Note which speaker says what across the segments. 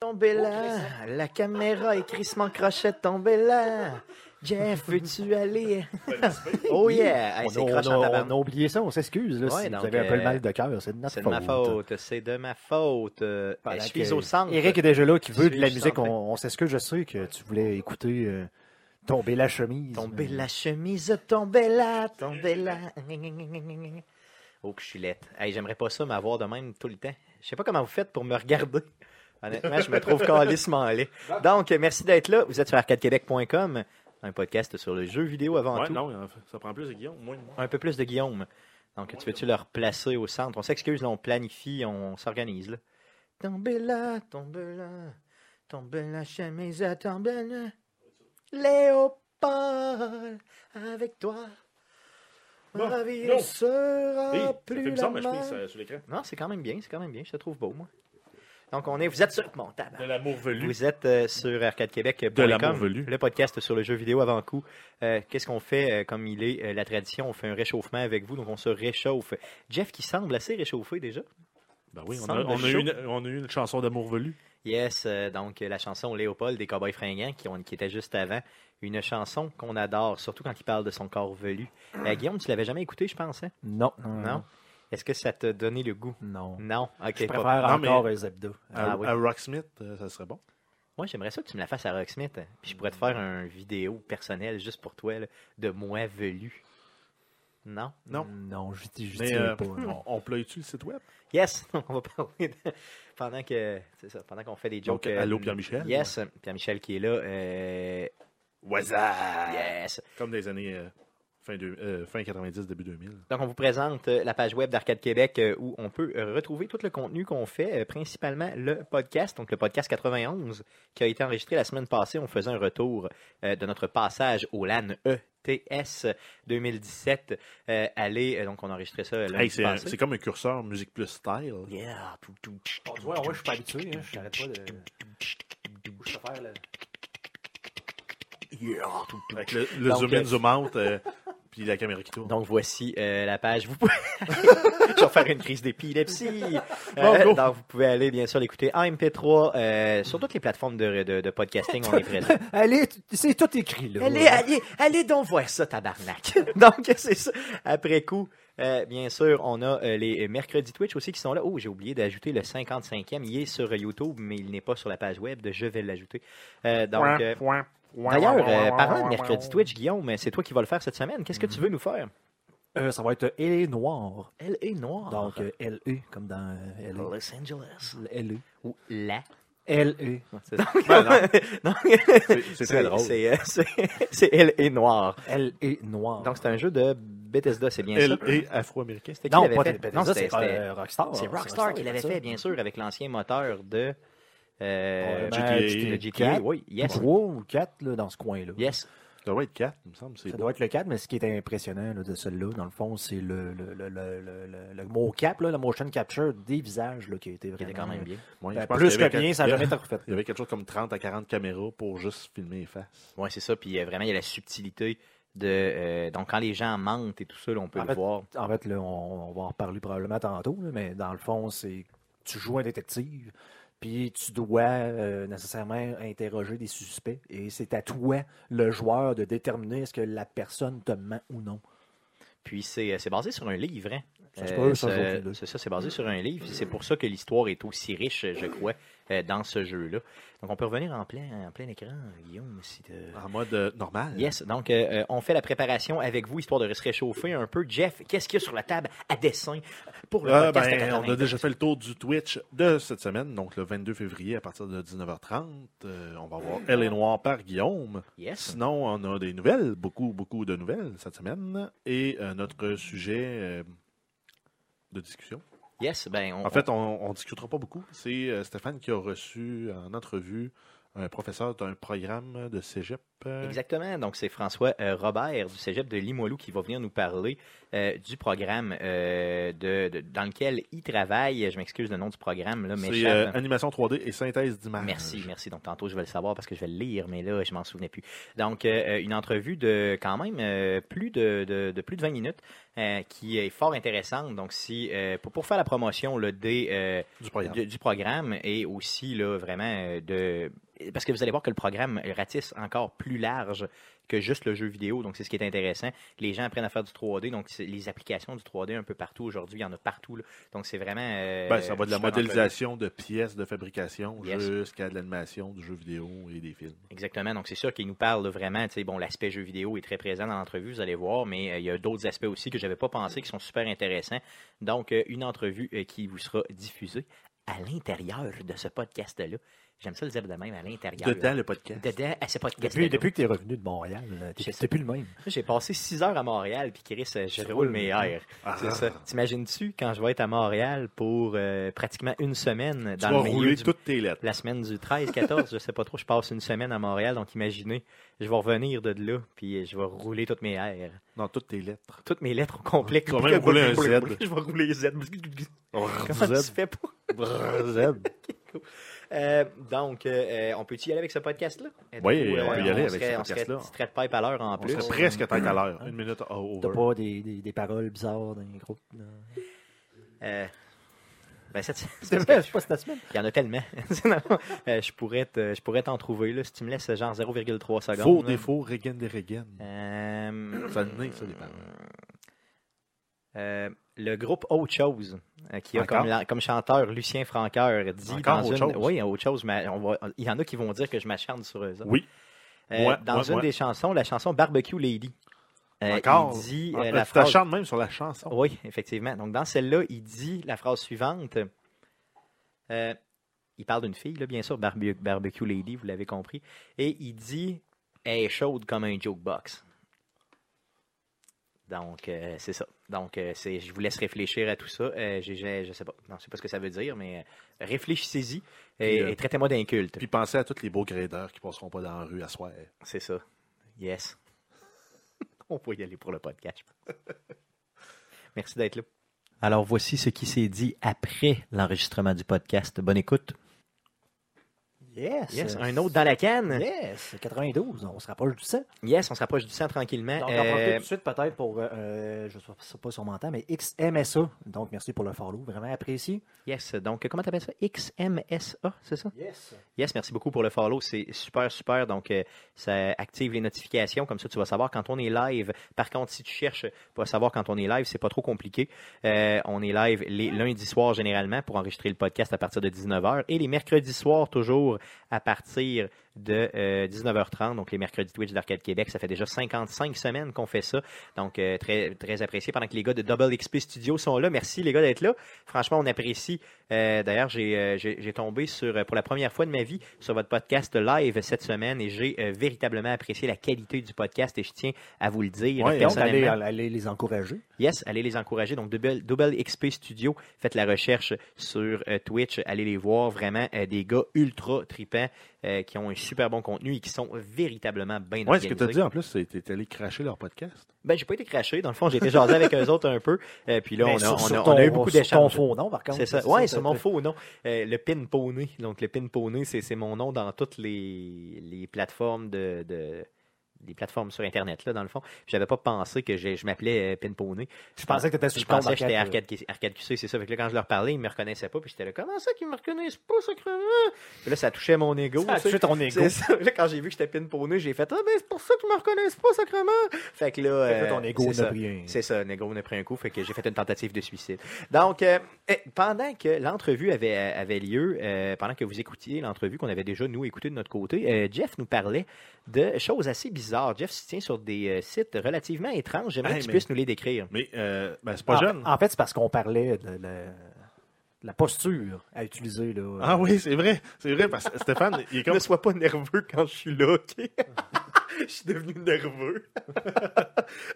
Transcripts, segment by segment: Speaker 1: Tombez là, la caméra est crissement crochette, tombez là. Jeff, veux-tu aller? oh yeah! Hey,
Speaker 2: on,
Speaker 1: c'est
Speaker 2: a,
Speaker 1: croche en
Speaker 2: on a-
Speaker 1: tabarnak.
Speaker 2: on a oublié ça, on s'excuse. là,
Speaker 1: Ouais,
Speaker 2: si
Speaker 1: donc,
Speaker 2: vous avez un peu le
Speaker 1: euh,
Speaker 2: mal de cœur, c'est de notre
Speaker 1: C'est de
Speaker 2: faute.
Speaker 1: ma faute, c'est de ma faute. Euh,
Speaker 2: Pendant
Speaker 1: je suis
Speaker 2: que
Speaker 1: au centre.
Speaker 2: Eric est déjà là qui veut de la
Speaker 1: Suis-je
Speaker 2: musique. On,
Speaker 1: centré?
Speaker 2: on s'excuse, je sais que tu voulais écouter euh, Tomber la chemise. Euh,
Speaker 1: Tomber
Speaker 2: mais-
Speaker 1: la chemise, tomber là, tomber là. Oh, que je suis laite. Hey, J'aimerais pas ça m'avoir de même tout le temps. Je sais pas comment vous faites pour me regarder. Honnêtement, je me trouve calissement laid. Donc, merci d'être là. Vous êtes sur arcadequebec.com, un podcast sur le jeu vidéo avant
Speaker 3: Ouais,
Speaker 1: tout.
Speaker 3: non, ça prend plus de Guillaume, moins de moi.
Speaker 1: Un peu plus de Guillaume. Donc, tu veux-tu le replacer au centre? On s'excuse, là, on planifie, on s'organise. là. Tombez là, tombez là, tombez la chemise, tombez là. Léopold, avec toi.
Speaker 3: Bon,
Speaker 1: Ma vie
Speaker 3: non.
Speaker 1: sera
Speaker 3: Hey, ça
Speaker 1: Ah, plus
Speaker 3: fait bizarre
Speaker 1: la
Speaker 3: ma chemise
Speaker 1: même.
Speaker 3: euh, sur l'écran.
Speaker 1: Non, c'est quand même bien, c'est quand même bien, je te trouve beau, moi. Donc, on est, vous êtes sur mon tabac.
Speaker 3: De l'amour velu.
Speaker 1: Vous êtes euh, sur arcadequebec.com,
Speaker 3: De l'amour velu.
Speaker 1: le podcast sur le jeu vidéo avant coup. Euh, Qu'est-ce qu'on fait euh, comme il est euh, la tradition? On fait un réchauffement avec vous, donc on se réchauffe. Jeff qui semble assez réchauffé déjà.
Speaker 3: Ben oui, on
Speaker 1: Centre
Speaker 3: a,
Speaker 1: de
Speaker 3: on a eu
Speaker 1: show.
Speaker 3: une, on a eu une chanson d'amour velu.
Speaker 1: Yes, euh, donc euh, la chanson Léopold des Cowboys Fringants qui, on- qui était juste avant. Une chanson qu'on adore, surtout quand il parle de son corps velu. Euh, Guillaume, tu l'avais jamais écouté, je pense, hein?
Speaker 2: Non.
Speaker 1: Non? Est-ce que ça t'a donné le goût?
Speaker 2: Non.
Speaker 1: Non, ok.
Speaker 2: Je
Speaker 1: pas-
Speaker 2: préfère
Speaker 3: Non, mais-
Speaker 2: encore les hebdos.
Speaker 1: Ah
Speaker 3: à,
Speaker 1: oui.
Speaker 3: à Rocksmith, euh, ça serait bon.
Speaker 1: Moi, j'aimerais ça que tu me la fasses à Rocksmith. hein. Puis je pourrais te faire une vidéo personnelle juste pour toi là, de moi velu. Non?
Speaker 3: Non.
Speaker 2: Non, je dis
Speaker 3: Mais euh, on, on tu le site web?
Speaker 1: Yes! On va parler de- pendant que c'est ça, pendant qu'on fait des jokes. euh,
Speaker 3: Donc, allô, Pierre-Michel?
Speaker 1: Yes, Pierre-Michel qui est là. euh,
Speaker 3: What's
Speaker 1: yes!
Speaker 3: Comme des années euh, fin, deux- euh, fin 90, début 2000.
Speaker 1: Donc, on vous présente euh, la page web d'Arcade Québec euh, où on peut euh, retrouver tout le contenu qu'on fait, euh, principalement le podcast, donc le podcast 91 qui a été enregistré la semaine passée. On faisait un retour euh, de notre passage au LAN E ETS 2017. Euh, allez, euh, donc on a enregistré ça lundi
Speaker 3: Hey, c'est un-
Speaker 1: passé.
Speaker 3: c'est comme un curseur musique plus style.
Speaker 1: Yeah.
Speaker 2: Ouais, ouais, je suis pas habitué, hein, je t'arrête pas de- Je préfère le-
Speaker 1: Yeah.
Speaker 3: Avec le, le
Speaker 1: Donc,
Speaker 3: zoom
Speaker 1: euh,
Speaker 3: in, zoom out, euh, puis la caméra qui tourne.
Speaker 1: Donc voici euh, la page. Vous pouvez je vais faire une crise d'épilepsie. Euh,
Speaker 3: Bon, go.
Speaker 1: donc vous pouvez aller bien sûr l'écouter en MP3 euh, sur toutes les plateformes de, de- de podcasting. On est présent.
Speaker 2: Allez, t- c'est tout écrit là.
Speaker 1: allez, allez, allez donc voir ça, tabarnak. donc c'est ça. Après coup. euh, bien sûr, on a euh, les mercredis Twitch aussi qui sont là. Oh, j'ai oublié d'ajouter le 55e. Il est sur euh, YouTube, mais il n'est pas sur la page web. de Je vais l'ajouter. Euh, donc, euh, d'ailleurs, euh, parlant de mercredi Twitch, Guillaume, c'est toi qui vas le faire cette semaine. Qu'est-ce que tu veux nous faire?
Speaker 2: Euh, ça va être L.A. noir.
Speaker 1: Elle est noire.
Speaker 2: Donc euh, L.E. comme dans euh, L.E.
Speaker 1: Los Angeles.
Speaker 2: L.E.
Speaker 1: Ou la.
Speaker 2: L.E.
Speaker 3: Ben non, c'est- c'est
Speaker 1: C'est
Speaker 3: très drôle.
Speaker 1: C'est, euh, c'est- c'est elle et noir.
Speaker 2: L.E. noir.
Speaker 1: Donc c'est un jeu de Bethesda, c'est bien ça.
Speaker 3: Elle est afro-américaine.
Speaker 1: C'était qui
Speaker 2: non,
Speaker 1: l'avait
Speaker 2: pas
Speaker 1: fait?
Speaker 2: de
Speaker 1: Non,
Speaker 2: Bethesda,
Speaker 1: c'était,
Speaker 2: c'est pas,
Speaker 1: c'était-
Speaker 2: euh, Rockstar.
Speaker 1: c'est Rockstar qui l'avait
Speaker 2: ça.
Speaker 1: fait, bien sûr, avec l'ancien moteur de euh,
Speaker 2: Probablement
Speaker 3: GTA.
Speaker 1: de GTA.
Speaker 2: quatre.
Speaker 1: Oui, yes.
Speaker 2: 3 ou 4 là, dans ce coin-là.
Speaker 1: Yes.
Speaker 3: Ça doit être 4, il me semble. C'est
Speaker 2: Ça
Speaker 3: beau.
Speaker 2: doit être le 4, mais ce qui est impressionnant là, de celui-là, dans le fond, c'est le, le, le, le, le, le, le mocap, là, le motion capture des visages là, qui a été
Speaker 1: Qui
Speaker 2: vraiment.
Speaker 1: était quand même bien.
Speaker 3: Ouais,
Speaker 2: Ben,
Speaker 3: je pense
Speaker 2: plus
Speaker 3: qu'il y avait
Speaker 2: que bien,
Speaker 3: quatre-
Speaker 2: ça n'a
Speaker 3: il y a-
Speaker 2: jamais été refait.
Speaker 3: Il y avait quelque chose comme 30 à 40 caméras pour juste filmer les faces.
Speaker 1: Oui, c'est ça. Puis euh, vraiment, il y a la subtilité de. euh, donc quand les gens mentent et tout ça, là, on peut
Speaker 2: En
Speaker 1: le
Speaker 2: fait,
Speaker 1: voir.
Speaker 2: En fait, là, on, on va en reparler probablement tantôt, là, mais dans le fond, c'est tu joues un détective, puis tu dois euh, nécessairement interroger des suspects, et c'est à toi, le joueur, de déterminer est-ce que la personne te ment ou non.
Speaker 1: Puis c'est, c'est basé sur un livre. hein.
Speaker 2: Ça se peut, ça,
Speaker 1: c'est-
Speaker 2: j'ai aucune idée.
Speaker 1: c'est ça, c'est basé sur un livre. C'est pour ça que l'histoire est aussi riche, je crois. euh, dans ce jeu-là. Donc, on peut revenir en plein, en plein écran, Guillaume, si t'as-
Speaker 2: Ah.
Speaker 3: En mode euh, normal.
Speaker 1: Yes, donc euh, euh, on fait la préparation avec vous, histoire de se réchauffer un peu. Jeff, qu'est-ce qu'il y a sur la table à dessin pour le
Speaker 3: Ah,
Speaker 1: podcast
Speaker 3: ben,
Speaker 1: à 80?
Speaker 3: on a déjà fait le tour du Twitch de cette semaine, donc le 22 février à partir de 19h30. euh, on va voir Elle est noire par Guillaume.
Speaker 1: Yes.
Speaker 3: Sinon, on a des nouvelles, beaucoup, beaucoup de nouvelles cette semaine. Et euh, notre sujet euh, de discussion.
Speaker 1: Yes, ben on,
Speaker 3: En fait, euh, on ne discutera pas beaucoup. C'est euh, Stéphane qui a reçu en entrevue un professeur d'un programme de cégep. euh,
Speaker 1: Exactement. Donc, c'est François euh, Robert du cégep de Limoilou qui va venir nous parler euh, du programme euh, de, de- dans lequel il travaille. Je m'excuse le nom du programme, là, mais
Speaker 3: C'est euh, animation 3D et synthèse d'image.
Speaker 1: Merci, merci. Donc, tantôt, je vais le savoir parce que je vais le lire, mais là, je m'en souvenais plus. Donc, euh, une entrevue de quand même euh, plus de, de- de plus de 20 minutes euh, qui est fort intéressante. Donc, si euh, pour, pour faire la promotion là, des, euh,
Speaker 3: Du programme.
Speaker 1: du, du programme et aussi là, vraiment euh, de. Parce que vous allez voir que le programme ratisse encore plus large que juste le jeu vidéo. Donc, c'est ce qui est intéressant. Les gens apprennent à faire du 3D. Donc, c'est- les applications du 3D un peu partout aujourd'hui, il y en a partout. là. Donc, c'est vraiment. euh,
Speaker 3: Ben, ça va de la
Speaker 1: super
Speaker 3: modélisation de pièces de fabrication
Speaker 1: Yes.
Speaker 3: jusqu'à de l'animation, du jeu vidéo et des films.
Speaker 1: Exactement. Donc, c'est ça qui nous parle là, vraiment. Tu sais, bon, l'aspect jeu vidéo est très présent dans l'entrevue, vous allez voir, mais euh, il y a d'autres aspects aussi que je n'avais pas pensé qui sont super intéressants. Donc, euh, une entrevue euh, qui vous sera diffusée à l'intérieur de ce podcast-là. J'aime ça le dire de même, à l'intérieur.
Speaker 3: Dedans le podcast.
Speaker 1: Dedans, à ce podcast
Speaker 2: Depuis, depuis que tu es revenu de Montréal, là, t'es
Speaker 1: Je
Speaker 2: t'es plus le même.
Speaker 1: J'ai passé 6 heures à Montréal, puis Chris, euh, je
Speaker 2: Tu
Speaker 1: roule
Speaker 2: roules.
Speaker 1: mes airs.
Speaker 3: Ah,
Speaker 1: C'est ça. T'imagines-tu quand je vais être à Montréal pour euh, pratiquement une semaine
Speaker 3: Tu
Speaker 1: dans
Speaker 3: vas
Speaker 1: le milieu
Speaker 3: rouler
Speaker 1: du
Speaker 3: toutes tes lettres.
Speaker 1: la semaine du 13-14, je sais pas trop, je passe une semaine à Montréal, donc imaginez, je vais revenir de là, puis je vais rouler toutes mes R,
Speaker 3: Non, toutes tes lettres.
Speaker 1: toutes mes lettres au complet.
Speaker 3: Tu vas même rouler un Z.
Speaker 1: Je vais rouler Z. Comment tu fais pour...
Speaker 3: Z.
Speaker 1: Euh, donc, euh, euh, on peut y aller avec ce podcast-là? Êtes-vous,
Speaker 3: Oui, on peut y aller
Speaker 1: on
Speaker 3: avec
Speaker 1: serait-
Speaker 3: ce
Speaker 1: on serait
Speaker 3: podcast-là.
Speaker 1: petit trait de pipe à l'heure en
Speaker 3: On
Speaker 1: plus. Hein?
Speaker 3: serait presque à temps à l'heure. Une minute oh,
Speaker 2: T'as
Speaker 3: over.
Speaker 2: pas des, des, des paroles bizarres dans les groupes. là.
Speaker 1: Euh, ben, cette-
Speaker 2: C'est vrai, je sais pas cette semaine.
Speaker 1: Il y en a tellement. Non, euh, je pourrais te- je pourrais t'en trouver, là, si tu me laisses euh, genre 0,3 secondes.
Speaker 3: Faux
Speaker 1: là.
Speaker 3: défaut, Regan des Regan.
Speaker 1: Euh,
Speaker 3: Ça le nique, ça, les paroles.
Speaker 1: Euh, le groupe Autre Chose, euh, qui a
Speaker 3: Encore?
Speaker 1: comme, la- comme chanteur Lucien Franqueur, euh, dit
Speaker 3: Encore
Speaker 1: dans
Speaker 3: Autre
Speaker 1: une...
Speaker 3: Chose?
Speaker 1: Oui, Autre Chose, mais on va- il y en a qui vont dire que je m'acharne sur eux autres.
Speaker 3: Oui.
Speaker 1: Euh,
Speaker 3: Moi,
Speaker 1: dans
Speaker 3: moi,
Speaker 1: une
Speaker 3: moi.
Speaker 1: des chansons, la chanson Barbecue Lady, euh,
Speaker 3: Encore.
Speaker 1: il dit euh,
Speaker 3: Ah,
Speaker 1: la
Speaker 3: Tu
Speaker 1: phrase...
Speaker 3: t'acharnes même sur la chanson.
Speaker 1: Oui, effectivement. Donc, dans celle-là, il dit la phrase suivante. Euh, il parle d'une fille, là, bien sûr, barbe- Barbecue Lady, vous l'avez compris. Et il dit Elle est chaude comme un jukebox. Donc, euh, c'est ça. Donc, euh, c'est- je vous laisse réfléchir à tout ça. Euh, j'ai- j'ai- je ne sais pas. Non, je sais pas ce que ça veut dire, mais euh, réfléchissez-y et,
Speaker 3: Puis, euh,
Speaker 1: et traitez-moi d'inculte.
Speaker 3: Puis pensez à tous les beaux gradeurs qui passeront pas dans la rue à soir.
Speaker 1: C'est ça. Yes. On peut y aller pour le podcast. je pense. Merci d'être là. Alors voici ce qui s'est dit après l'enregistrement du podcast. Bonne écoute.
Speaker 2: Yes.
Speaker 1: Yes, un autre dans la canne.
Speaker 2: Yes, 92, on se rapproche du 100.
Speaker 1: Yes, on se rapproche du sang tranquillement.
Speaker 2: Donc, on
Speaker 1: Euh,
Speaker 2: profite tout de suite peut-être pour, euh, euh, je ne sais pas sur mon temps, mais XMSA. Donc, merci pour le follow, vraiment apprécié.
Speaker 1: yes, donc comment t'appelles ça? XMSA, c'est ça?
Speaker 2: Yes.
Speaker 1: Yes, merci beaucoup pour le follow. C'est super, super. Donc, euh, ça active les notifications. Comme ça, tu vas savoir quand on est live. Par contre, si tu cherches pour savoir quand on est live, c'est pas trop compliqué. Euh, on est live les lundis soirs généralement pour enregistrer le podcast à partir de 19h et les mercredis soirs toujours à partir de euh, 19h30. Donc, les mercredis Twitch d'Arcade Québec, ça fait déjà 55 semaines qu'on fait ça. Donc, euh, très, très apprécié pendant que les gars de Double XP Studio sont là. Merci les gars d'être là. Franchement, on apprécie. Euh, D'ailleurs, j'ai euh, j'ai- j'ai tombé sur, euh, pour la première fois de ma vie sur votre podcast live cette semaine et j'ai euh, véritablement apprécié la qualité du podcast et je tiens à vous le dire.
Speaker 3: Ouais,
Speaker 2: Donc, allez,
Speaker 1: personnellement.
Speaker 2: allez les encourager.
Speaker 1: Yes, allez les encourager. Donc, Double, Double XP Studio, faites la recherche sur euh, Twitch. Allez les voir. Vraiment, euh, des gars ultra tripants euh, qui ont un super bon contenu et qui sont véritablement bien
Speaker 3: Ouais, ce que tu as
Speaker 1: organisés.
Speaker 3: dit en plus, c'est que t'es allé cracher leur podcast.
Speaker 1: Ben, j'ai pas été craché. Dans le fond, j'ai été jasé avec eux autres un peu. Euh, puis là, on a,
Speaker 2: Mais Ben, sur-
Speaker 1: on a-
Speaker 2: sur
Speaker 1: on a eu
Speaker 2: ton-
Speaker 1: beaucoup
Speaker 2: sur ton
Speaker 1: d'échanges.
Speaker 2: faux nom, par contre.
Speaker 1: C'est ça.
Speaker 2: Oui,
Speaker 1: Ouais, c'est mon faux nom. Euh, le pin poney. Donc, le pin poney, c'est c'est mon nom dans toutes les, les plateformes de, de, des plateformes sur Internet, là, dans le fond. Je n'avais pas pensé que j'ai- je m'appelais euh, Pinponé.
Speaker 2: Je pensais que t'étais sur
Speaker 1: Je
Speaker 2: le temps
Speaker 1: pensais que j'étais
Speaker 2: d'arcade,
Speaker 1: arcade, Arcade QC, c'est ça. Fait que là, quand je leur parlais, ils me reconnaissaient pas. Puis j'étais là, comment ça qu'ils me reconnaissent pas, sacrément? Puis là, ça touchait mon ego.
Speaker 2: Ça a
Speaker 1: tu sais.
Speaker 2: touché ton ego.
Speaker 1: C'est ça. Là, quand j'ai vu que j'étais pinponné, j'ai fait, ah ben c'est pour ça qu'ils me reconnaissent pas, sacrément. Fait que là,
Speaker 2: Fait que là,
Speaker 1: euh,
Speaker 2: ton ego
Speaker 1: c'est
Speaker 2: n'a
Speaker 1: ça.
Speaker 2: pris un-
Speaker 1: C'est ça, Nego n'a pris un coup, fait que j'ai fait une tentative de suicide. Donc, euh, eh, pendant que l'entrevue avait, avait lieu, euh, pendant que vous écoutiez l'entrevue qu'on avait déjà, nous, écoutée de notre côté, euh, Jeff nous parlait de choses assez bizarres. Jeff se tient sur des euh, sites relativement étranges. J'aimerais
Speaker 3: Hey,
Speaker 1: que tu
Speaker 3: mais-
Speaker 1: puisses nous les décrire.
Speaker 3: Mais euh, ben, c'est pas
Speaker 1: Ah.
Speaker 3: jeune.
Speaker 2: En, en fait, c'est parce qu'on parlait de la, de la posture à utiliser. Là,
Speaker 3: Ah oui, c'est vrai. C'est vrai, parce que Stéphane, il est comme.
Speaker 1: Ne sois pas nerveux quand je suis là, OK? je suis devenu nerveux.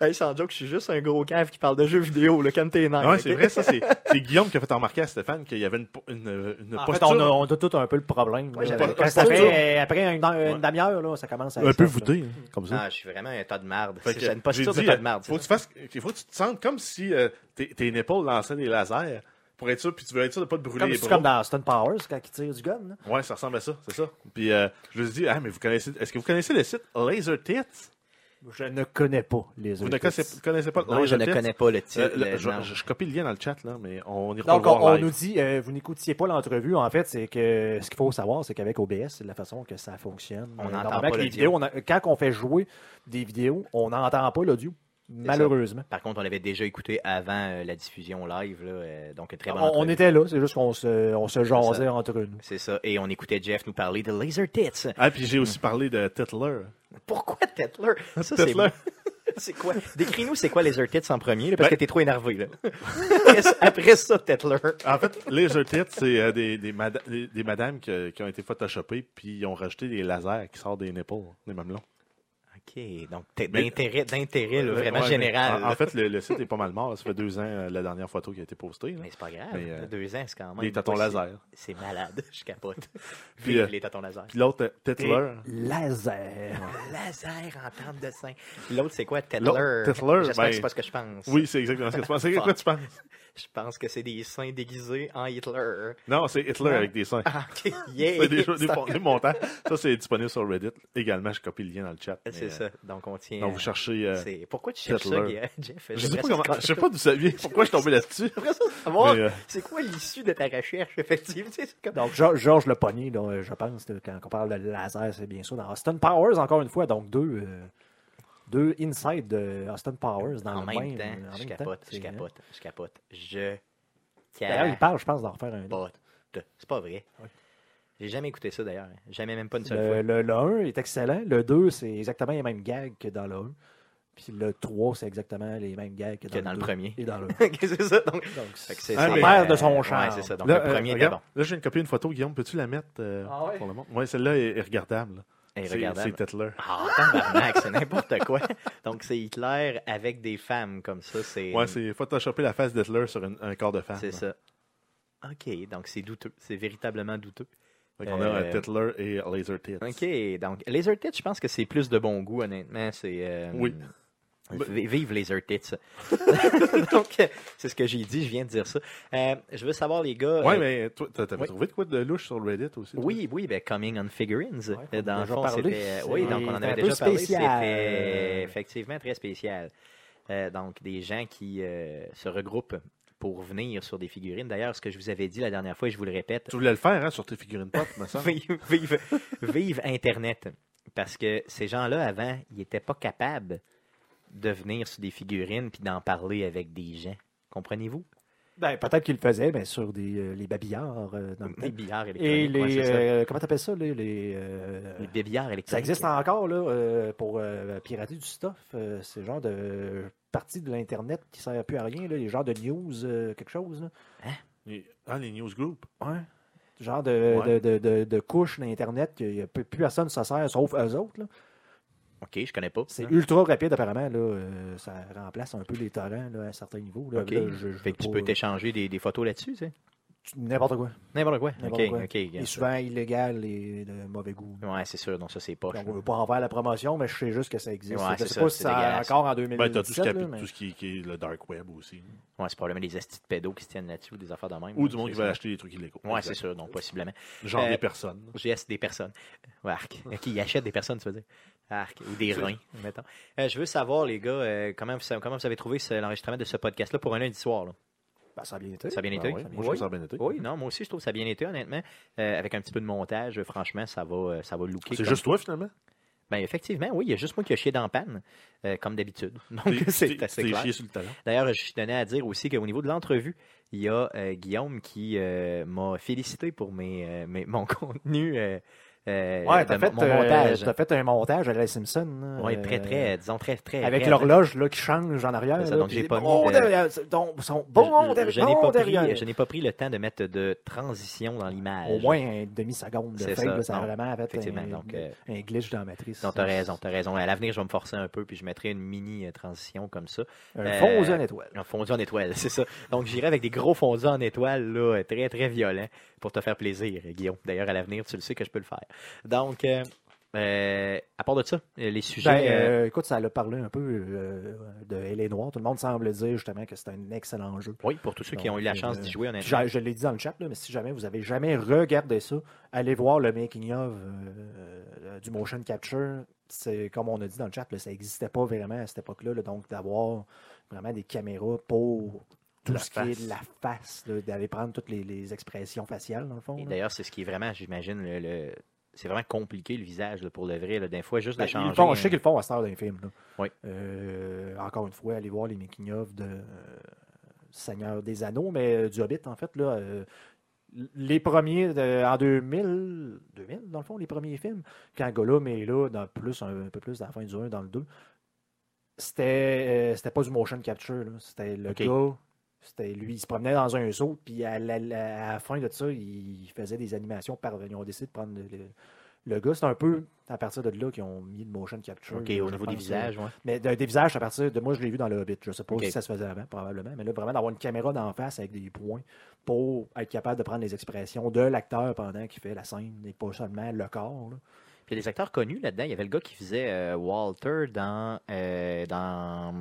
Speaker 1: hey, sans joke, je suis juste un gros cave qui parle de jeux vidéo. Le calme tes nerfs,
Speaker 3: Ah ouais,
Speaker 1: OK?
Speaker 3: c'est vrai, ça, c'est c'est Guillaume qui a fait remarquer à Stéphane qu'il y avait une, po- une, une
Speaker 2: Ah, En fait,
Speaker 3: posture
Speaker 2: on a, on a tout un peu le problème. là.
Speaker 1: j'avais
Speaker 2: Quand
Speaker 1: pas-
Speaker 2: ça
Speaker 1: pas
Speaker 2: fait,
Speaker 1: dur.
Speaker 2: euh, après une, heure- une
Speaker 3: Ouais.
Speaker 2: demi-heure, là, ça commence à
Speaker 3: un peu
Speaker 2: ça,
Speaker 3: voûtée, hein, comme ça.
Speaker 1: Ah, je suis vraiment un tas de marde.
Speaker 3: Fait que
Speaker 1: J'ai une posture
Speaker 3: j'ai
Speaker 1: de
Speaker 3: dit,
Speaker 1: tas de marde.
Speaker 3: Faut que tu fasses, il faut que tu te sentes comme si euh, tes, tes épaules lançaient des lasers pour être sûr, puis tu veux être sûr de pas te brûler
Speaker 2: Comme,
Speaker 3: les
Speaker 2: c'est
Speaker 3: bras.
Speaker 2: comme dans Stone Powers quand ils tirent du gun. là.
Speaker 3: Ouais, ça ressemble à ça, c'est ça. Puis euh, je lui ai dit, ah, mais vous connaissez, est-ce que vous connaissez le site Laser Tits?
Speaker 2: Je ne connais pas les
Speaker 3: Vous
Speaker 2: autres.
Speaker 3: ne connaissez, connaissez pas
Speaker 1: Non, je
Speaker 3: Laser
Speaker 1: ne
Speaker 3: Tits?
Speaker 1: connais pas le titre.
Speaker 3: Euh, le-
Speaker 1: le-
Speaker 3: je,
Speaker 1: non.
Speaker 3: je- je copie le lien dans le chat, là, mais on ira
Speaker 2: Donc,
Speaker 3: le
Speaker 2: on,
Speaker 3: voir
Speaker 2: on
Speaker 3: live.
Speaker 2: nous dit, euh, vous n'écoutiez pas l'entrevue. En fait, c'est que ce qu'il faut savoir, c'est qu'avec OBS, c'est la façon que ça fonctionne.
Speaker 1: On
Speaker 2: Euh,
Speaker 1: n'entend
Speaker 2: normalement,
Speaker 1: pas
Speaker 2: que les
Speaker 1: l'audio.
Speaker 2: vidéos, on a- quand on fait jouer des vidéos, on n'entend pas l'audio, malheureusement.
Speaker 1: Par contre, on l'avait déjà écouté avant euh, la diffusion live, là, euh, donc très
Speaker 3: Ah,
Speaker 2: On,
Speaker 1: bonne
Speaker 2: on
Speaker 1: entrevue.
Speaker 2: était là, c'est juste qu'on se, on se jasait entre nous.
Speaker 1: C'est ça, et on écoutait Jeff nous parler de Laser Tits.
Speaker 3: Ah, puis j'ai aussi parlé de Tetler.
Speaker 1: Pourquoi Tetler? Ça, c'est
Speaker 3: Tetler.
Speaker 1: C'est quoi? Décris-nous c'est quoi Laser Tits en premier, là, parce
Speaker 3: Ben-
Speaker 1: que t'es trop énervé. Là. Après ça- Après ça, Tetler.
Speaker 3: En fait, Laser Tits, c'est euh, des, des, mada- des- des madames que- qui ont été photoshopées, puis ils ont rajouté des lasers qui sortent des nipples, des mamelons.
Speaker 1: OK, donc t'es-
Speaker 3: Mais-
Speaker 1: d'intérêt, d'intérêt là,
Speaker 3: Ouais,
Speaker 1: vraiment
Speaker 3: ouais,
Speaker 1: général.
Speaker 3: mais En, en fait, le, le site est pas mal mort. là. Ça fait deux ans, euh, la dernière photo qui a été postée. là.
Speaker 1: mais c'est pas grave,
Speaker 3: Mais, euh,
Speaker 1: deux ans, c'est quand même.
Speaker 3: Des tatons
Speaker 1: pas si-
Speaker 3: laser.
Speaker 1: C'est malade, je capote.
Speaker 3: Puis,
Speaker 1: Vive
Speaker 3: euh,
Speaker 1: les tatons laser.
Speaker 3: Puis l'autre, euh, Tetler.
Speaker 2: Laser.
Speaker 1: Laser en termes de sein. L'autre, c'est quoi? Tetler.
Speaker 3: L'autre, Tetler,
Speaker 1: J'espère
Speaker 3: ben-
Speaker 1: que c'est pas ce que je pense.
Speaker 3: Oui, c'est exactement ce que tu penses. C'est quoi tu penses?
Speaker 1: Je pense que c'est des saints déguisés en Hitler.
Speaker 3: Non, c'est Hitler avec des seins.
Speaker 1: Ah, ok. Yeah.
Speaker 3: C'est des, jeux- des, fon- des montants. Ça, c'est disponible sur Reddit. Également, je copie le lien dans le chat. mais,
Speaker 1: C'est
Speaker 3: euh,
Speaker 1: ça. Donc, on tient.
Speaker 3: Donc, vous cherchez. euh,
Speaker 1: C'est- Pourquoi tu cherches
Speaker 3: Hitler.
Speaker 1: ça, Guy- Jeff?
Speaker 3: je sais pas comment. Je sais pas d'où vous saviez. Pourquoi je suis tombé là-dessus?
Speaker 1: J'aimerais ça savoir,
Speaker 3: Mais, euh,
Speaker 1: c'est quoi l'issue de ta recherche, effectivement. Tu sais, c'est comme-
Speaker 2: Donc, Geor- Georges Le Pogné, là, euh, je pense, là, quand on parle de laser, c'est bien sûr dans Austin Powers, encore une fois. Donc, deux, euh, deux inside de Austin Powers dans
Speaker 1: en
Speaker 2: le
Speaker 1: même,
Speaker 2: même,
Speaker 1: temps,
Speaker 2: en
Speaker 1: je
Speaker 2: même temps,
Speaker 1: capote, je
Speaker 2: c'est- Ben
Speaker 1: capote, je capote. Je
Speaker 2: D'ailleurs, il
Speaker 1: capote.
Speaker 2: parle, je pense, d'en refaire un. autre.
Speaker 1: C'est pas vrai. J'ai jamais écouté ça, d'ailleurs. Jamais, même pas une seule fois.
Speaker 2: Le, le, 1 est excellent. Le 2, c'est exactement les mêmes gags que dans le 1. Puis le 3, c'est exactement les mêmes gags que dans,
Speaker 1: Que dans le
Speaker 2: deux
Speaker 1: premier.
Speaker 2: Et dans le 1.
Speaker 1: Ok, c'est ça. Donc,
Speaker 2: Donc,
Speaker 1: Fait que c'est
Speaker 3: Ah,
Speaker 1: c'est-
Speaker 3: mais-
Speaker 2: Mère de son
Speaker 1: ouais,
Speaker 2: char.
Speaker 1: c'est ça. Donc,
Speaker 3: Là,
Speaker 1: le
Speaker 3: euh,
Speaker 1: premier était
Speaker 3: regarde,
Speaker 1: bon.
Speaker 3: là, j'ai une copie, une photo. Guillaume, peux-tu la mettre euh,
Speaker 2: Ah ouais?
Speaker 3: pour le monde? Oui, celle-là est, est regardable. là.
Speaker 1: Et
Speaker 3: C'est
Speaker 1: regardable.
Speaker 3: c'est Tetler.
Speaker 1: Ah, tabarnak, c'est n'importe quoi. Donc, c'est Hitler avec des femmes comme ça. C'est
Speaker 3: Ouais, c'est photoshopper la face d'Hitler sur une- un corps de femme.
Speaker 1: c'est
Speaker 3: là.
Speaker 1: ça. OK, donc c'est douteux. C'est véritablement douteux.
Speaker 3: Fait qu'on a euh,
Speaker 1: Euh,
Speaker 3: Tetler et Laser Tits.
Speaker 1: OK, donc Laser Tits, je pense que c'est plus de bon goût, honnêtement. C'est, euh,
Speaker 3: Oui.
Speaker 2: Ben-
Speaker 1: vi- Vive Laser Tits. donc, euh, c'est ce que j'ai dit, je viens de dire ça. Euh, je veux savoir, les gars.
Speaker 3: Ouais,
Speaker 1: euh,
Speaker 3: mais toi, t'a- t'avais
Speaker 1: oui.
Speaker 3: trouvé de quoi de louche sur Reddit aussi? toi?
Speaker 1: Oui, oui, ben, Coming on Figurines.
Speaker 2: on en a
Speaker 1: dans le
Speaker 2: déjà
Speaker 1: fond,
Speaker 2: parlé.
Speaker 1: c'était- euh, Oui,
Speaker 2: C'est
Speaker 1: donc on en
Speaker 2: un
Speaker 1: avait
Speaker 2: peu
Speaker 1: déjà parlé.
Speaker 2: spécial.
Speaker 1: C'était effectivement très spécial. Euh, donc, des gens qui euh, se regroupent pour venir sur des figurines. D'ailleurs, ce que je vous avais dit la dernière fois, et je vous le répète,
Speaker 3: Tu voulais le faire, hein, sur tes figurines pop, me semble.
Speaker 1: vive, vive, vive Internet. Parce que ces gens-là, avant, ils n'étaient pas capables de venir sur des figurines puis d'en parler avec des gens. Comprenez-vous?
Speaker 2: Ben, peut-être qu'il le faisait, mais sur des, euh, les babillards. euh, dans le
Speaker 1: Des
Speaker 2: temps.
Speaker 1: billards
Speaker 2: Et
Speaker 1: électroniques. ouais,
Speaker 2: les.
Speaker 1: c'est ça.
Speaker 2: euh, comment t'appelles ça, les. les, euh,
Speaker 1: Les billards électroniques.
Speaker 2: Ça existe encore, là, euh, pour euh, pirater du stuff. euh, c'est le genre de partie de l'Internet qui sert plus à rien, là, les genres de news, euh, quelque chose. Là.
Speaker 3: Les- Ah, les newsgroups.
Speaker 2: Ouais. Genre de,
Speaker 3: Ouais.
Speaker 2: de, de, de, de couche d'Internet qu'il n'y a plus plus personne qui s'en sert, sauf eux autres. là.
Speaker 1: OK, je connais pas. Ah,
Speaker 2: C'est ultra rapide, apparemment. Là. euh, ça remplace un peu les torrents là, à certains niveaux. Là.
Speaker 1: OK.
Speaker 2: Là, je- je
Speaker 1: fait
Speaker 2: veux
Speaker 1: que tu
Speaker 2: pas,
Speaker 1: peux
Speaker 2: euh,
Speaker 1: t'échanger des, des photos là-dessus, tu sais.
Speaker 2: tu- n'importe quoi.
Speaker 1: N'importe quoi.
Speaker 2: N'importe
Speaker 1: OK,
Speaker 2: quoi.
Speaker 1: OK.
Speaker 2: Et souvent illégal et de mauvais goût.
Speaker 1: Ouais, c'est sûr. Donc, ça, c'est poche.
Speaker 2: Donc, on veut pas envers la promotion, mais je sais juste que ça existe.
Speaker 1: Ouais,
Speaker 2: je
Speaker 1: c'est
Speaker 2: sais
Speaker 1: ça,
Speaker 2: pas
Speaker 1: c'est
Speaker 2: si ça
Speaker 1: dégueulasse.
Speaker 2: encore en
Speaker 3: Ben, t'as tout, ce
Speaker 2: 2017.
Speaker 3: qui,
Speaker 2: là, mais-
Speaker 3: tout ce qui, qui est le dark web aussi.
Speaker 1: Ouais, c'est probablement des astis de pédos qui se tiennent là-dessus ou des affaires de même.
Speaker 3: Ou
Speaker 1: là,
Speaker 3: du monde
Speaker 1: c'est
Speaker 3: qui va
Speaker 1: ça.
Speaker 3: acheter des trucs illégaux.
Speaker 1: Ouais,
Speaker 3: Exact.
Speaker 1: c'est sûr. Donc, possiblement.
Speaker 3: Genre
Speaker 1: Euh,
Speaker 3: des personnes.
Speaker 1: GS des personnes. Euh, Ouais, arc. Qui achètent des personnes, tu veux dire. Arc. Ou des reins, mettons. Euh, je veux savoir, les gars, euh, comment, vous, comment vous avez trouvé ce- l'enregistrement de ce podcast-là pour un lundi soir. là?
Speaker 2: Ben, ça a bien été.
Speaker 1: Ça a bien
Speaker 3: Ben
Speaker 1: été?
Speaker 3: oui,
Speaker 1: ça a
Speaker 3: Moi, je
Speaker 1: bien
Speaker 3: trouve
Speaker 1: été.
Speaker 3: ça a bien été.
Speaker 1: Oui, non, moi aussi, je trouve que ça a bien été, honnêtement. Euh, avec un petit peu de montage, euh, franchement, ça va, euh, ça va looker.
Speaker 3: C'est
Speaker 1: comme-
Speaker 3: juste toi, finalement?
Speaker 1: Ben, effectivement, oui, il y a juste moi qui a chié dans la panne, euh, comme d'habitude. Donc,
Speaker 3: T'es-
Speaker 1: c'est
Speaker 3: t'es-
Speaker 1: assez
Speaker 3: t'es
Speaker 1: clair.
Speaker 3: chié sur le talent.
Speaker 1: D'ailleurs, je tenais à dire aussi qu'au niveau de l'entrevue, il y a euh, Guillaume qui euh, m'a félicité pour mes, euh, mes- mon contenu, euh, euh,
Speaker 2: Ouais,
Speaker 1: de
Speaker 2: t'as
Speaker 1: mon-
Speaker 2: fait,
Speaker 1: mon
Speaker 2: euh,
Speaker 1: montage.
Speaker 2: t'as fait un montage à la Simpson. là,
Speaker 1: Oui, très,
Speaker 2: euh,
Speaker 1: très, euh, disons, très, très.
Speaker 2: Avec
Speaker 1: raide.
Speaker 2: l'horloge là, qui change en arrière.
Speaker 1: C'est ça,
Speaker 2: là,
Speaker 1: donc
Speaker 2: puis
Speaker 1: j'ai
Speaker 2: des
Speaker 1: pas
Speaker 2: bons
Speaker 1: mis de-
Speaker 2: derrière, c'est- donc, sont bons
Speaker 1: Je-
Speaker 2: derrière,
Speaker 1: je n'ai pas
Speaker 2: bons
Speaker 1: pris-
Speaker 2: derrière.
Speaker 1: Je n'ai pas pris le temps de mettre de transition dans l'image.
Speaker 2: Au moins une demi-seconde de
Speaker 1: C'est
Speaker 2: fade,
Speaker 1: ça,
Speaker 2: là, ça a
Speaker 1: non,
Speaker 2: vraiment fait
Speaker 1: effectivement,
Speaker 2: un,
Speaker 1: donc, euh,
Speaker 2: un glitch dans la matrice.
Speaker 1: Non, t'as raison, t'as raison. À l'avenir, je vais me forcer un peu, puis je mettrai une mini euh, transition comme ça.
Speaker 2: Un
Speaker 1: Euh,
Speaker 2: fond aux yeux en étoile.
Speaker 1: Un fondu en étoile, c'est ça. Donc, j'irai avec des gros fondus en étoile, là, euh, très, très violents, pour te faire plaisir, Guillaume. D'ailleurs, à l'avenir, tu le sais que je peux le faire. Donc, euh, euh, à part de ça, euh, les sujets...
Speaker 2: Ben,
Speaker 1: euh,
Speaker 2: euh, écoute, ça a parlé un peu euh, de Elle est noire. Tout le monde semble dire justement que c'est un excellent jeu.
Speaker 1: oui, pour tous ceux qui ont eu la
Speaker 2: donc,
Speaker 1: chance
Speaker 2: euh,
Speaker 1: d'y jouer, honnêtement.
Speaker 2: Je, je l'ai dit dans le chat, là, mais si jamais vous avez jamais regardé ça, allez voir le making of euh, euh, du motion capture. C'est comme on a dit dans le chat, là, ça n'existait pas vraiment à cette époque-là. là. donc d'avoir vraiment des caméras pour tout
Speaker 3: La
Speaker 2: ce qui est de la face, là, d'aller prendre toutes les, les expressions faciales dans le fond.
Speaker 1: Et
Speaker 2: là.
Speaker 1: d'ailleurs, c'est ce qui est vraiment, j'imagine, le... le- C'est vraiment compliqué le visage là, pour le vrai. Là, des fois, juste
Speaker 2: Ben,
Speaker 1: de
Speaker 2: ils
Speaker 1: changer.
Speaker 2: le font- je sais
Speaker 1: un-
Speaker 2: qu'ils le font à cette heure d'un film. là.
Speaker 1: Oui.
Speaker 2: Euh, encore une fois, allez voir les making of de euh, Seigneur des Anneaux, mais euh, du Hobbit, en fait. Là, euh, l- les premiers de- en 2000, 2000, dans le fond, les premiers films, quand Gollum est là, dans plus, un, peu plus dans la fin du 1, dans le 2, c'était euh, c'était pas du motion capture. là. C'était le
Speaker 1: Ok.
Speaker 2: gars, c'était lui, il se promenait dans un zoo, puis à la, la- à la fin de ça, il faisait des animations par. Ils ont décidé de prendre le, le- le gars. C'est un peu à partir de là qu'ils ont mis le motion capture.
Speaker 1: OK,
Speaker 2: là,
Speaker 1: au
Speaker 2: je
Speaker 1: niveau des
Speaker 2: pense,
Speaker 1: visages, ouais.
Speaker 2: là. Mais de- des visages, c'est à partir de. Moi, je l'ai vu dans le Hobbit. Je sais pas
Speaker 1: Ok.
Speaker 2: si ça se faisait avant, probablement. Mais là, vraiment, d'avoir une caméra d'en face avec des points pour être capable de prendre les expressions de l'acteur pendant qu'il fait la scène et pas seulement le corps. là.
Speaker 1: Puis il y a des acteurs connus là-dedans. Il y avait le gars qui faisait euh, Walter dans, euh, dans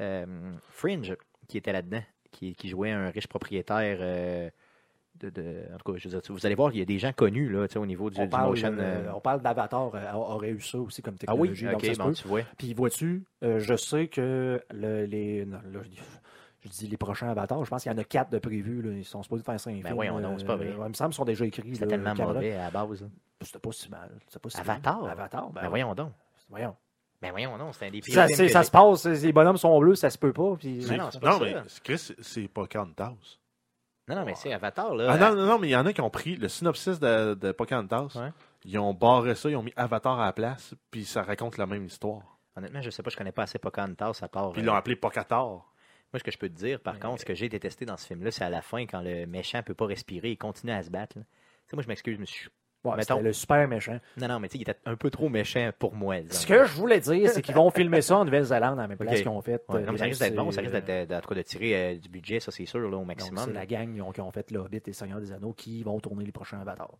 Speaker 1: euh, Fringe, qui était là-dedans, qui, qui jouait un riche propriétaire. euh, de, de- en tout cas, je veux dire, vous allez voir, il y a des gens connus là, tu sais, au niveau du,
Speaker 2: On
Speaker 1: du
Speaker 2: parle,
Speaker 1: motion.
Speaker 2: euh,
Speaker 1: euh,
Speaker 2: on parle d'Avatar euh, aurait eu ça aussi comme
Speaker 1: Ah oui,
Speaker 2: technologie. donc ça
Speaker 1: ok,
Speaker 2: se
Speaker 1: bon,
Speaker 2: peut.
Speaker 1: tu vois.
Speaker 2: Puis vois-tu, euh, je sais que le- les. non, là, je- je dis les prochains avatars, je pense qu'il y en a quatre de prévus. là. Ils sont supposés de faire cinq
Speaker 1: Ben
Speaker 2: films.
Speaker 1: voyons donc,
Speaker 2: euh,
Speaker 1: c'est pas vrai.
Speaker 2: ouais, Il me semble qu'ils sont déjà écrits.
Speaker 1: C'était
Speaker 2: là,
Speaker 1: tellement
Speaker 2: Cameron.
Speaker 1: mauvais à la base.
Speaker 2: Ben
Speaker 1: là.
Speaker 2: C'était pas si mal. C'était pas si mal.
Speaker 1: Avatar?
Speaker 2: Avatar, ben,
Speaker 1: Ben voyons donc.
Speaker 2: voyons.
Speaker 1: Ben voyons donc, c'était un des pires.
Speaker 2: Ça,
Speaker 1: films
Speaker 2: c'est-
Speaker 1: que
Speaker 2: ça
Speaker 1: j'ai-
Speaker 2: se passe, c'est- les bonhommes sont bleus, ça se peut pas. Puis...
Speaker 1: Mais
Speaker 3: C'est-
Speaker 1: non, c'est pas
Speaker 3: Non,
Speaker 1: ça.
Speaker 3: mais Chris, c'est- c'est pas Cantas.
Speaker 1: Non, non, mais c'est Avatar là.
Speaker 3: Ah non, non, non, mais il y en a qui ont pris le synopsis de, de Pocantas.
Speaker 1: Ouais.
Speaker 3: Ils ont barré ça, ils ont mis Avatar à la place, puis ça raconte la même histoire.
Speaker 1: Honnêtement, je sais pas, je connais pas assez Pocahontas à part.
Speaker 3: Puis
Speaker 1: euh,
Speaker 3: ils l'ont appelé Pocatar.
Speaker 1: Moi, ce que je peux te dire, par contre, ce que j'ai détesté dans ce film-là, c'est à la fin, quand le méchant peut pas respirer, il continue à se battre. là. Tu sais, moi, je m'excuse, mais je suis-
Speaker 2: Ouais,
Speaker 1: Mettons.
Speaker 2: c'était le super méchant.
Speaker 1: Non, non, mais tu sais, il était un peu trop méchant pour moi. disons.
Speaker 2: Ce que je voulais dire, c'est qu'ils vont filmer ça en Nouvelle-Zélande, à la même place
Speaker 1: Ok.
Speaker 2: qu'ils ont fait.
Speaker 1: Ouais,
Speaker 2: euh,
Speaker 1: non, mais ça
Speaker 2: les-
Speaker 1: risque d'être bon, ça
Speaker 2: c'est-
Speaker 1: risque d'être, de, de- en tout cas, de tirer euh, du budget, ça, c'est sûr, là, au
Speaker 2: Donc,
Speaker 1: maximum.
Speaker 2: C'est la gang ils ont- qui ont fait le Hobbit et Seigneur des Anneaux qui vont tourner les prochains avatars.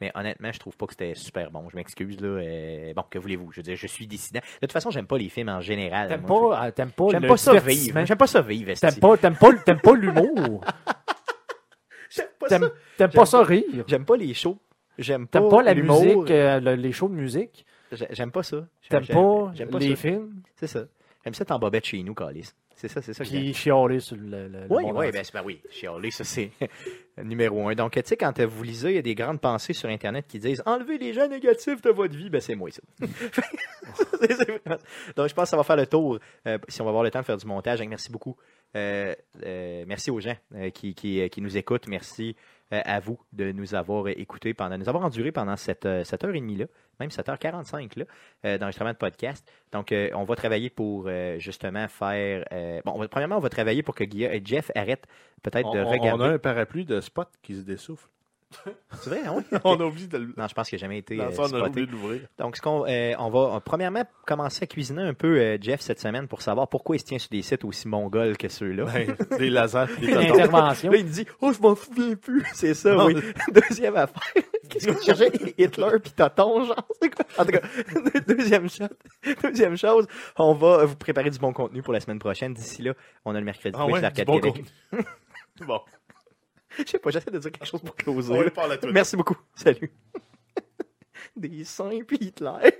Speaker 1: Mais honnêtement, je trouve pas que c'était super bon. Je m'excuse, là. euh, Bon, que voulez-vous? Je veux dire, je suis dissident. De toute façon, j'aime pas les films en général.
Speaker 2: T'aimes
Speaker 1: Euh, moi.
Speaker 2: pas, euh, t'aimes pas,
Speaker 1: J'aime
Speaker 2: le
Speaker 1: pas ça
Speaker 2: divertissement.
Speaker 1: vivre. J'aime pas ça vivre, esti.
Speaker 2: T'aimes pas, t'aimes pas, t'aimes pas l'humour.
Speaker 1: J'aime pas ça.
Speaker 2: T'aimes, t'aimes pas ça rire.
Speaker 1: J'aime pas les shows. J'aime pas,
Speaker 2: T'aimes pas la
Speaker 1: l'humour.
Speaker 2: musique, euh, le- les shows de musique.
Speaker 1: J'ai- J'aime pas ça.
Speaker 2: T'aimes
Speaker 1: J'aime-
Speaker 2: pas
Speaker 1: j'aime pas
Speaker 2: les
Speaker 1: ça.
Speaker 2: films.
Speaker 1: C'est ça. J'aime ça t'embobette chez nous, Calis. C'est ça, c'est ça. que j'aime.
Speaker 2: Puis chialer sur le. le- le
Speaker 1: Oui,
Speaker 2: monde
Speaker 1: oui,
Speaker 2: entier.
Speaker 1: ben, c'est- ben oui, chialer, ça c'est numéro un. Donc, tu sais, quand euh, vous lisez, il y a des grandes pensées sur Internet qui disent enlevez les gens négatifs de votre vie, ben c'est moi ça. C'est- c'est vraiment- Donc, je pense que ça va faire le tour euh, si on va avoir le temps de faire du montage. Donc, merci beaucoup. Euh, euh, merci aux gens euh, qui, qui, euh, qui nous écoutent. Merci euh, à vous de nous avoir euh, écoutés, pendant, nous avoir endurés pendant cette, euh, cette heure et demie-là, même 7h45 là, euh, d'enregistrement de podcast. Donc, euh, on va travailler pour euh, justement faire. euh, bon, on va- premièrement, on va travailler pour que Guilla- euh, Jeff arrête peut-être
Speaker 3: On,
Speaker 1: de
Speaker 3: on-
Speaker 1: regarder.
Speaker 3: on a un parapluie de spot qui se dessouffle.
Speaker 1: C'est vrai, hein, oui?
Speaker 3: On a oublié de le.
Speaker 1: Non, je pense qu'il n'a jamais été
Speaker 3: Dans
Speaker 1: euh,
Speaker 3: ça, on a
Speaker 1: spoté.
Speaker 3: oublié de l'ouvrir.
Speaker 1: Donc, ce qu'on, euh, on va euh, premièrement commencer à cuisiner un peu euh, Jeff cette semaine pour savoir pourquoi il se tient sur des sites aussi mongols que ceux-là.
Speaker 3: Ben, des lasers, des tatons.
Speaker 2: L'intervention.
Speaker 1: Là, il me dit Oh, je m'en souviens plus. C'est ça,
Speaker 3: Non,
Speaker 1: oui. Deuxième affaire. Qu'est-ce que tu cherchais Hitler puis Toton, genre C'est quoi En tout cas, deux- deuxième chose, deuxième chose, on va vous préparer du bon contenu pour la semaine prochaine. D'ici là, on a le mercredi
Speaker 3: Ah
Speaker 1: Twitch
Speaker 3: ouais, du
Speaker 1: d'Arcade
Speaker 3: bon
Speaker 1: Québec.
Speaker 3: contenu. Bon,
Speaker 1: Je sais pas, j'essaie de dire quelque chose pour closer.
Speaker 3: on
Speaker 1: là.
Speaker 3: parle à toi.
Speaker 1: Merci beaucoup. Salut. Des saints puis Hitler.